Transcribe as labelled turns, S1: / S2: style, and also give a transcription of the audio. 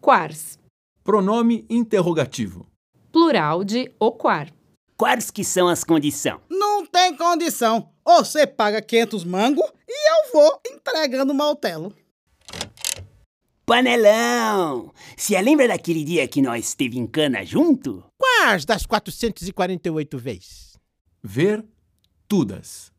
S1: Quars,
S2: Pronome interrogativo.
S1: plural de o quar.
S3: Quais que são as condições?
S4: Não tem condição. Ou você paga 500 mango e eu vou entregando o maltelo.
S3: Panelão! Se lembra daquele dia que nós esteve em cana junto?
S5: Quais das 448 vezes?
S2: Ver todas.